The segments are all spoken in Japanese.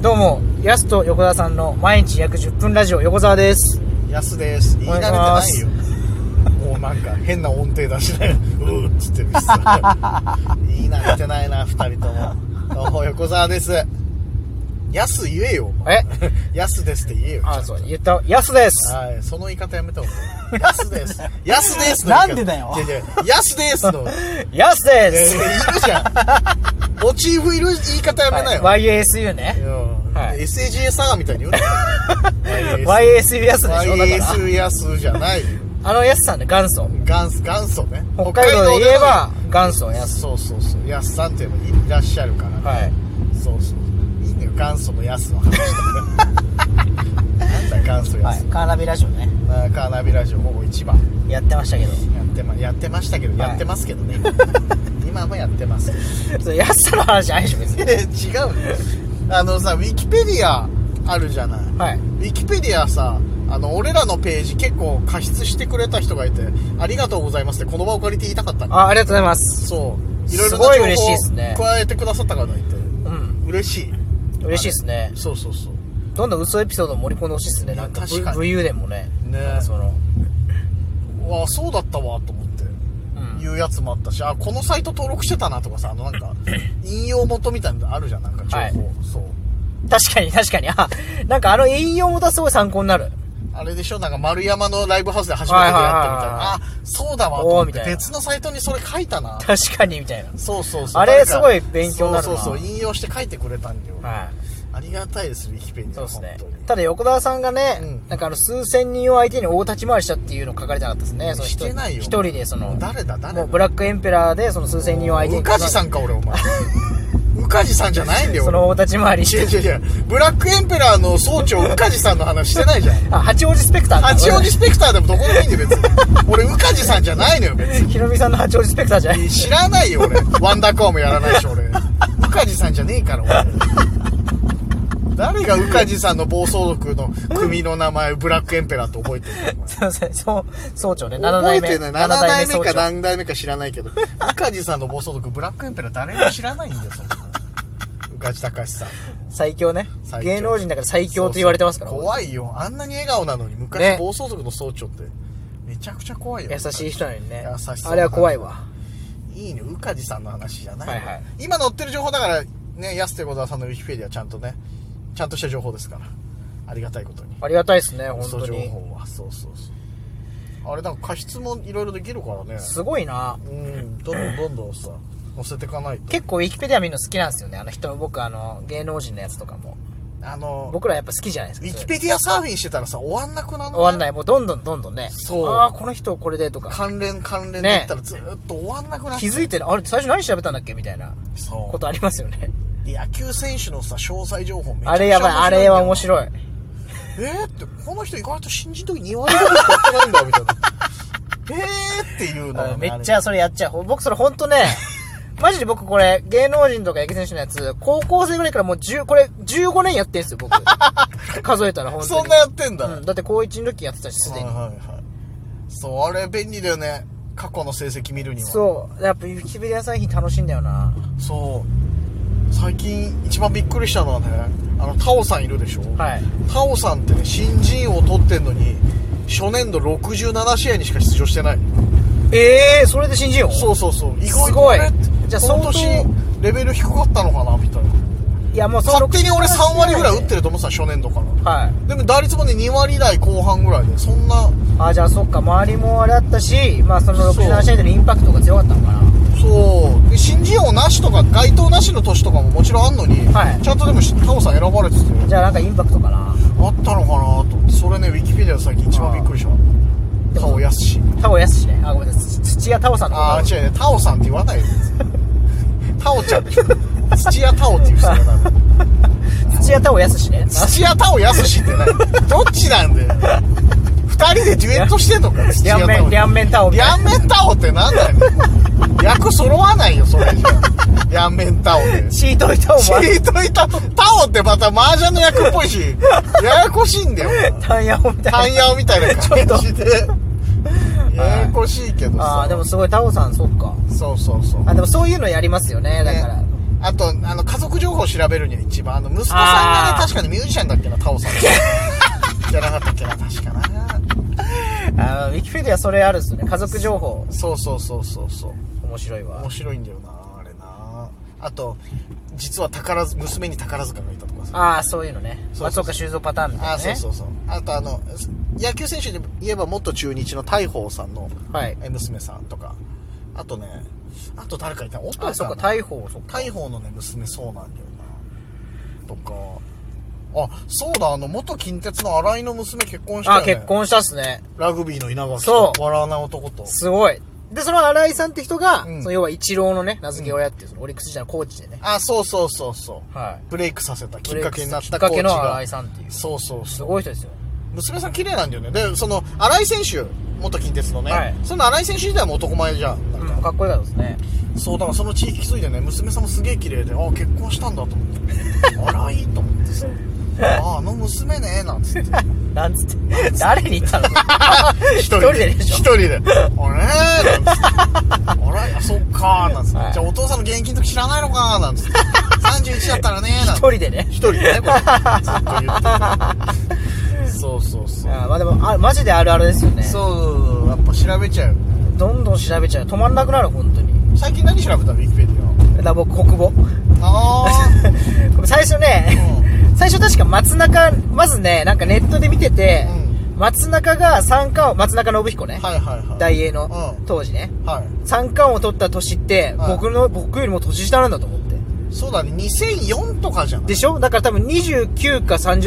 どうも、やすと横澤さんの毎日約10分ラジオ、横澤です。安です言い慣れてないよもうなんか変な音程出しない うーっつってるしさ言い慣れてないな二人ともどうも横澤です安言えよお前え安ですって言えよあ、そう、言った、やすです。はいその言い方やめた方がいい安です安ですの言い方なんでだよいやいや安ですのいやすやでいす。やいるじゃんモチーフいる言い方やめなよ、はい YASU ね。うんはい SAGA サガみたいに言うなよ YASU やすでしょだから。 YS 安じゃないよあのやすさんね、元祖。元祖元祖ね北海道で言えば、元北祖海道で言えばやす。そうそうそうやすさんっていうのがいらっしゃるから、はい。そうそういいね元祖のやすの話だねなんだ元祖やはいす、、カーナビラジオね。なカーナビラジオ午後一番やってましたけど。やって,、ま、やってましたけど、はいやってますけどね今もやってますけどそれやすさの話ないでしょ、別 に。え違うねあのさウィキペディアあるじゃないはい。ウィキペディアさあの俺らのページ結構加筆してくれた人がいてありがとうございますってこの場を借りて言いたかったんだあ、ありがとうございます。そう。いろいろすごいな嬉情しい報っすねを加えてくださった方がいて。うん。嬉しい。嬉しいですね。そうそうそう。どんどん嘘エピソード盛り込んでほしいですね。なんか、いや確かに武勇伝もね。ねその、うわあ、そうだったわ、と思って。うん。言うやつもあったし、あ、このサイト登録してたなとかさ、あのなん か、引用元みたいなのあるじゃん、なんか情報。はいそう。確かに確かに。あ、なんかあの引用もたすごい参考になる。あれでしょなんか丸山のライブハウスで初めて出会ったみたいな。はいはいはいはいあ、そうだわ、と思っおーみたて。いな別のサイトにそれ書いたな。確かに、みたいな。そうそうそう。あれなんかすごい勉強になるそなうそうそう、引用して書いてくれたんだよ。はい。ありがたいです、ウィキペディア。そうですね本当に。ただ横澤さんがね、うんなんかあの数千人を相手に大立ち回りしたっていうの書かれてなかったですね。そのしてないよ一人でその、誰だ、誰もだうブラックエンペラーでその数千人を相手に。うかじさんか俺お前 うかじさんじゃないんだよその大立ち回り違うして。違う違うブラックエンペラーの総長うかじさんの話してないじゃんあ、八王子スペクター八王子子スペクターでもどこでもいいんだよ別に俺うかじさんじゃないのよ別にひろみさんの八王子スペクターじゃない。知らないよ俺ワンダーコアもやらないし俺うかじさんじゃねえから俺誰がうかじさんの暴走族の組の名前をブラックエンペラーと覚えてるのお前すいません、そう、総長ね。7覚代え目。てない7代目総か長何代目か知らないけどうかじさんの暴走族ブラックエンペラー誰も知らないんだよそんなうかじたかしさん最強ね最強芸能人だから最強と言われてますから。そうそう怖いよあんなに笑顔なのに昔、ね暴走族の総長ってめちゃくちゃ怖いよ優しい人なのにね。優しそうあれは怖いわ。いいねうかじさんの話じゃない、はいはい今載ってる情報だからね安手小沢さんのウィキペディアちゃんとねちゃんとした情報ですからありがたいことにありがたいですね、本嘘当情に。報はそうそうそうあれなんか加湿もいろいろできるからねすごいな。うんどんどんどんどんさ載せていかないと結構ウィキペディア見るの好きなんですよね。あの人、僕あの、芸能人のやつとかも。あの僕らやっぱ好きじゃないですウィか。キペディアサーフィンしてたらさ終わんなくなる終わんいない。もうどんどんどんどんね。そうああ、この人これでとか。関連関連だったらずーっと終わんなくなっ気づいてる。あれ、最初何調べたんだっけみたいなそうことあります よね。野球選手のさ詳細情報めちゃあくちゃれやばい。あれは面い白い。んだよえー、ってこの人意外と新人の時2割ぐらいしかやってないんだみたいなえーっていうのがね、めっちゃそれやっちゃう。僕それほんと ね、マジで僕これ、芸能人とか野球選手のやつ、高校生ぐらいからもう10、これ15年やってんすよ、僕。 数えたらほんあとれに。そんなやってんだ、うん。だって高1の時やってたし、すでにはい。はいはいそうあれ便利だよね過去の成績見るにはうそう。やっぱ、ウィキペディアサイン楽しいんだよな。そう最近一番びっくりしたのはねあのタオさんいるでしょはい。タオさんってね新人王取ってんのに初年度67試合にしか出場してないええー、それで新人王そうそうそう意す外ごといねじゃあこの相年当レベル低かったのかなみたいないや、もうその勝手に俺3割ぐらい打ってる。ると思ってた初年度からはい。でも打率もね2割台後半ぐらいでそんなあじゃあそっか周りもあれだったしまあその67試合でのインパクトが強かったのかなそうで新人王なしとか該当なしの年とかももちろんあんのに、はいちゃんとでもタオさん選ばれててじゃあなんかインパクトかなあったのかなと思ってそれねウィキペディアで最近一番びっくりしたタオやすしタオやすしねあごめんなさい土土屋タオさんのことああ違う違うタオさんって言わないよタオちゃん って土屋タオっていう人だな土屋タオやすしね土屋太鳳やすしって何どっちなんだよ二人でデュエットしてんのか土屋両太面鳳両面タオみたいな両面太鳳って何だよ役揃わないよそれじゃ両面太鳳でシートイタオチもあるートイタ太鳳ってまた麻雀の役っぽいしややこしいんだよタンヤオみたタいンなヤオみたいな 感じでややこしいけどあさあでもすごいタオさんそっかそうそうそうあでもそういうのやりますよねだからねあとあの家族情報を調べるには一番、あの、息子さんがあね、ー確かにミュージシャンだっけな、タオさん。じゃなかったっけな、確かな。あの、ウィキペディアそれあるっすね。家族情報。そうそうそうそうそう。面白いわ面。白いんだよな、あれな。あと、実は宝塚、娘に宝塚がいたとかさ。ああ、そういうのね。そう松そうそう岡修造パターンみたいあなー、ね。そうそうそう。あとあの、野球選手で言えば元中日の大鵬さんのはい。え娘さんとか。あとね、あと誰かいたおっとあ、そっか、大大砲、そっか。大鵬のね、娘そうなんだよな。とか。あ、そうだ、あの、元近鉄の新井の娘結婚したよ、あ、ね。結。婚したっすね。ラグビーの稲垣そと、う笑わない男と。すごい。で、その新井さんって人が、うんその要は一郎のね、名付け親っていう、そのオリックス時代のコーチでね。あ、そうそうそうそう。はブレイクさせたい。きっかけになっきったコかーチけの新が井。さんっていう。そうそうすそう。ごい人ですよ。娘さん綺麗なんだよね。で、その、新井選手、元近鉄のね。はいその新井選手自体も男前じゃん。なうんんか、かっこよかったですね。そう、だからその地域継いでね、娘さんもすげえ綺麗で、ああ、結婚したんだと思 って。新井と思ってさ。ああ、あの娘ね、なんつって。なんつって。 誰に言ったの一ででしょ一。人 で。あれなんつって。あれあ、そっかなんつって。はいじゃあお父さんの現役の時知らないのかなんつっ て。31だったらねなんつって。一人でね一。人でね、これ。ずっと言ってた。そうそうそう。あーまあでも、あ、マジであるあるですよね。そう、やっぱ調べちゃう。どんどん調べちゃう。止まんなくなる、本当に。最近何調べたのウィキペディだから僕、国語。ア。あ これ最初ね、最初確か松中、まずね、なんかネットで見てて、松中が三冠王、松中信彦ねあ。、はいはいはい。大英の、うん当時ね、はい。三冠王を取った年って、はい僕の、僕よりも年下なんだと思って。そうだね、2004とかじゃないでしょだから多分29か30歳なん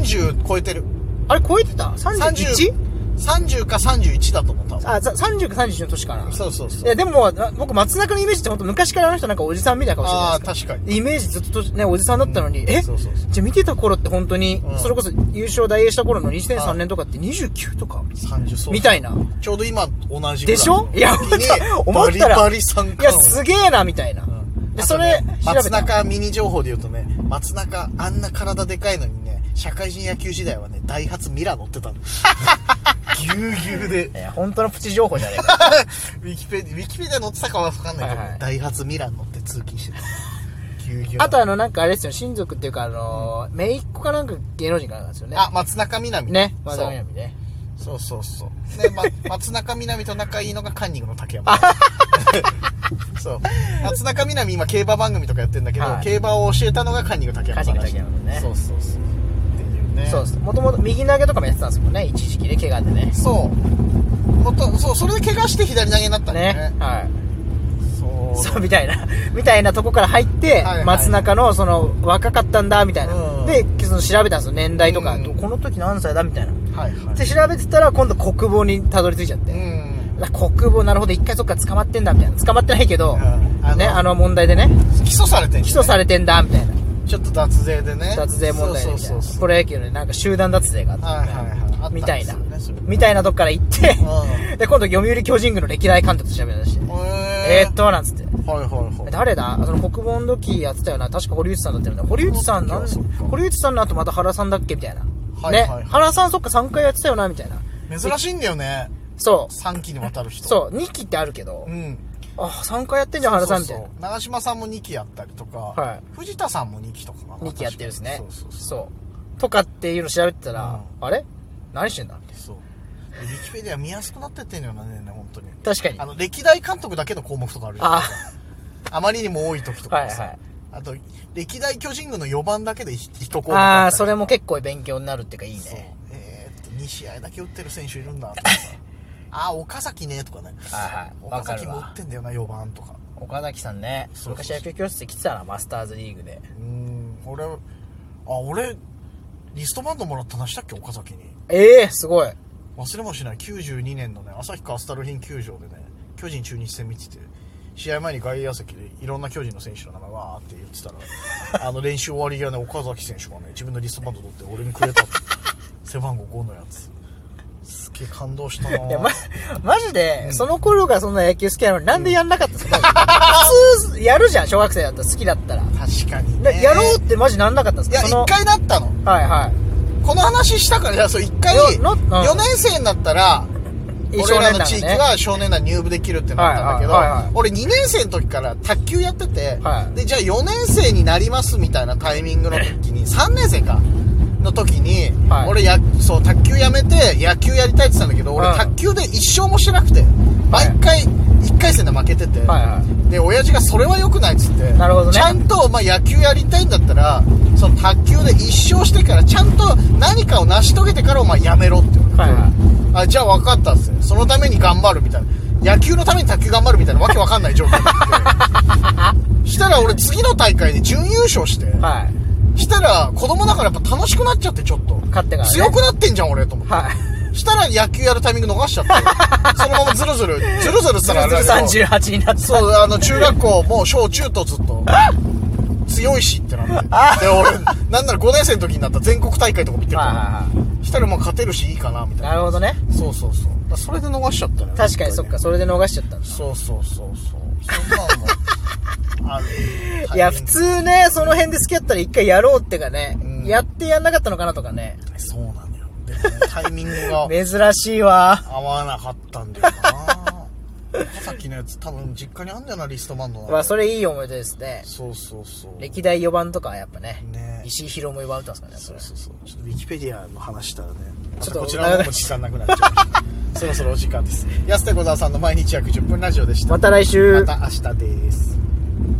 ですよ。 30超えてる。あれ超えてた ?31? 30か31だと思ったあ、ざ30か31の年かな。そうそういそう。や、でも、あ僕、松中のイメージって本当昔からあの人なんかおじさんみたいな顔してるじゃなあいあ、ですか。確かに。イメージずっとね、おじさんだったのに、うんえそうそうそうじゃあ見てた頃って本当に、うんそれこそ優勝大英した頃の2003年とかって29とか30そう。みたいな。ちょうど今同じぐらいの。でしょいや、時思っにた 思ったら、バリバリ三いや、冠王すげえな、みたいな。で、それあとね、調べ松た。中ミニ情報で言うとね、松中あんな体でかいのにね、社会人野球時代はね、ダイハツミラ乗ってたの。ぎゅうぎゅうで。いや本当のプチ情報じゃねえか。 ウィキペディ、ウィキペディア乗ってたかはわかんないけど、はいはいダイハツミラ乗って通勤してた。ぎゅうぎゅう。 あとあの、なんかあれですよ、親族っていうか、あのー、姪っ子かなんか芸能人かなんかですよね。あ、松中みなみ。ね。そまうだ南ね。そうそうそう。ね、ま、松中みなみと仲いいのがカンニングの竹 山。そう。松中みなみ今競馬番組とかやってんだけど、はい競馬を教えたのがカンニング竹山さんらしい。カンニング竹山ねそうそうそう。っていうね。そうです。もともと右投げとかもやってたんですもんね、一時期で怪我でね。そう。もっと、そう、それで怪我して左投げになったんだよねね。。はい。そう。そう、みたいな。 みたいなとこから入って、はいはい松中の、その、若かったんだ、みたいな。うんで、その調べたんですよ、年代とか。うんこの時何歳だ、みたいな。はいはい。で、調べてたら、今度国防にたどり着いちゃって。うん。あ国防、なるほど、一回そっか捕まってんだ、みたいな。捕まってないけど、うんあのね、あの問題でね、起訴されてん起訴されれてんだ、みたいな。ちょっと脱税でね。脱税問題でそうみたいそうなそう。プロ野球のねなんか集団脱税があったはいはいはいあったんですよね。みたいなそれみたいなとこから行って、うで、今度読売巨人軍の歴代監督調べ出して、ええーっ。と、なんつって。はいはいはい。誰だその国防の時やってたよな。確か堀内さんだったよね。堀内さんなん、そっか堀内さんの後また原さんだっけみたいな。はいね、はい原さんそっか3回やってたよな、みたいな。珍しいんだよね。そう。 3期にわたる人。そう、2期ってあるけどう、ん。あ、3回やってんじゃん、原さんみたいそうなそう。長嶋さんも2期やったりとか、はい藤田さんも2期とかかな2期やってるんですね。そうそうそう。そうとかっていうの調べてたら、あれ何してんだみたいそう。ウィキペディア見やすくなってってんのよな、ね、本当に。な確かにあ。の、歴代監督だけの項目とかあるよああまりにも多い時とかさ。はいはいあと、歴代巨人軍の4番だけで1項目ったりああ、それも結構勉強になるっていうか、いいそうね。えーっと、2試合だけ打ってる選手いるんだとか さ。ああ、岡崎ね、とかね。はいはいわ岡かる崎わも打ってんだよな、4番とか。岡崎さんね、そうそう昔そう野球教室で来てたな、マスターズリーグで。うーん、俺、あ、俺、リストバンドもらったなしたっけ、岡崎に。ええすごい。忘れもしない92年のね旭川スタルヒン球場でね巨人中日戦見てて試合前に外野席でいろんな巨人の選手の名前わーって言ってた らあの練習終わり際ね岡崎選手がね自分のリストバンド取って俺にくれたって背番号5のやつすげえ感動したないや、ま、マジで、その頃がそんな野球好きなのになんでやんなかったんですか、普通、やるじゃん、小学生だったら好きだったら。確かになねやろうってマジなんなかったんですいかやその一回なったのはいはい。この話したからじゃあそう一回いやなうん4年生になったらいい俺らの少地年団域がねは少年団入部できるってなったんだけど、はいはいはいはい俺2年生の時から卓球やってて、はいでじゃあ4年生になりますみたいなタイミングの時に3年生かの時に、はい俺やそう卓球やめて野球やりたいって言ってたんだけど俺、うん卓球で一勝もしてなくて毎回1回戦で負けてて、はいはいで親父がそれは良くないっつってなるほどねちゃんと、まあ、野球やりたいんだったらその卓球で一勝してからちゃんと何かを成し遂げてからお前やめろって言われて、はいあじゃあ分かったっすねそのために頑張るみたいな野球のために卓球頑張るみたいなわけわかんない状況にな ってしたら俺次の大会で準優勝して、はしたら子供だからやっぱ楽しくなっちゃってちょっと勝手がね強くなってんじゃん俺と思ってい はいしたら野球やるタイミング逃しちゃってそのままズルズルズルズルっつったらあれだけど38になったそう、あの、中学校、もう小中とずっと、強いしってなって。で、 俺、なんなら5年生の時になったら全国大会とか見てるはいはいかはら、したらもう勝てるしいいかな、みいたいなるほどねな。そうそうそう。だからそれで逃しちゃったのよ。確かにそっか本それで逃しちゃったん当だに。そうそうそうそう。そんなのも、ある。 いや普。通ねその辺で付き合ったら一回やろうってかね、うんやってやんなかったのかなとかねそうなのよ。で、タイミングが 珍しいわ合わなかったんだよな。さっきのやつ多分実家にあんだよな、リストバンドなのまあそれいい思い出ですねそうそうそう。歴代4番とかはやっぱねね石井宏も4番打ったんですからねそそうれそうそうちょっとウィキペディアの話したらねちょっとまたこちらのお時間なくなっちゃい ましたそろそろお時間です安手小沢さんの毎日約10分ラジオでしたまた来週また明日です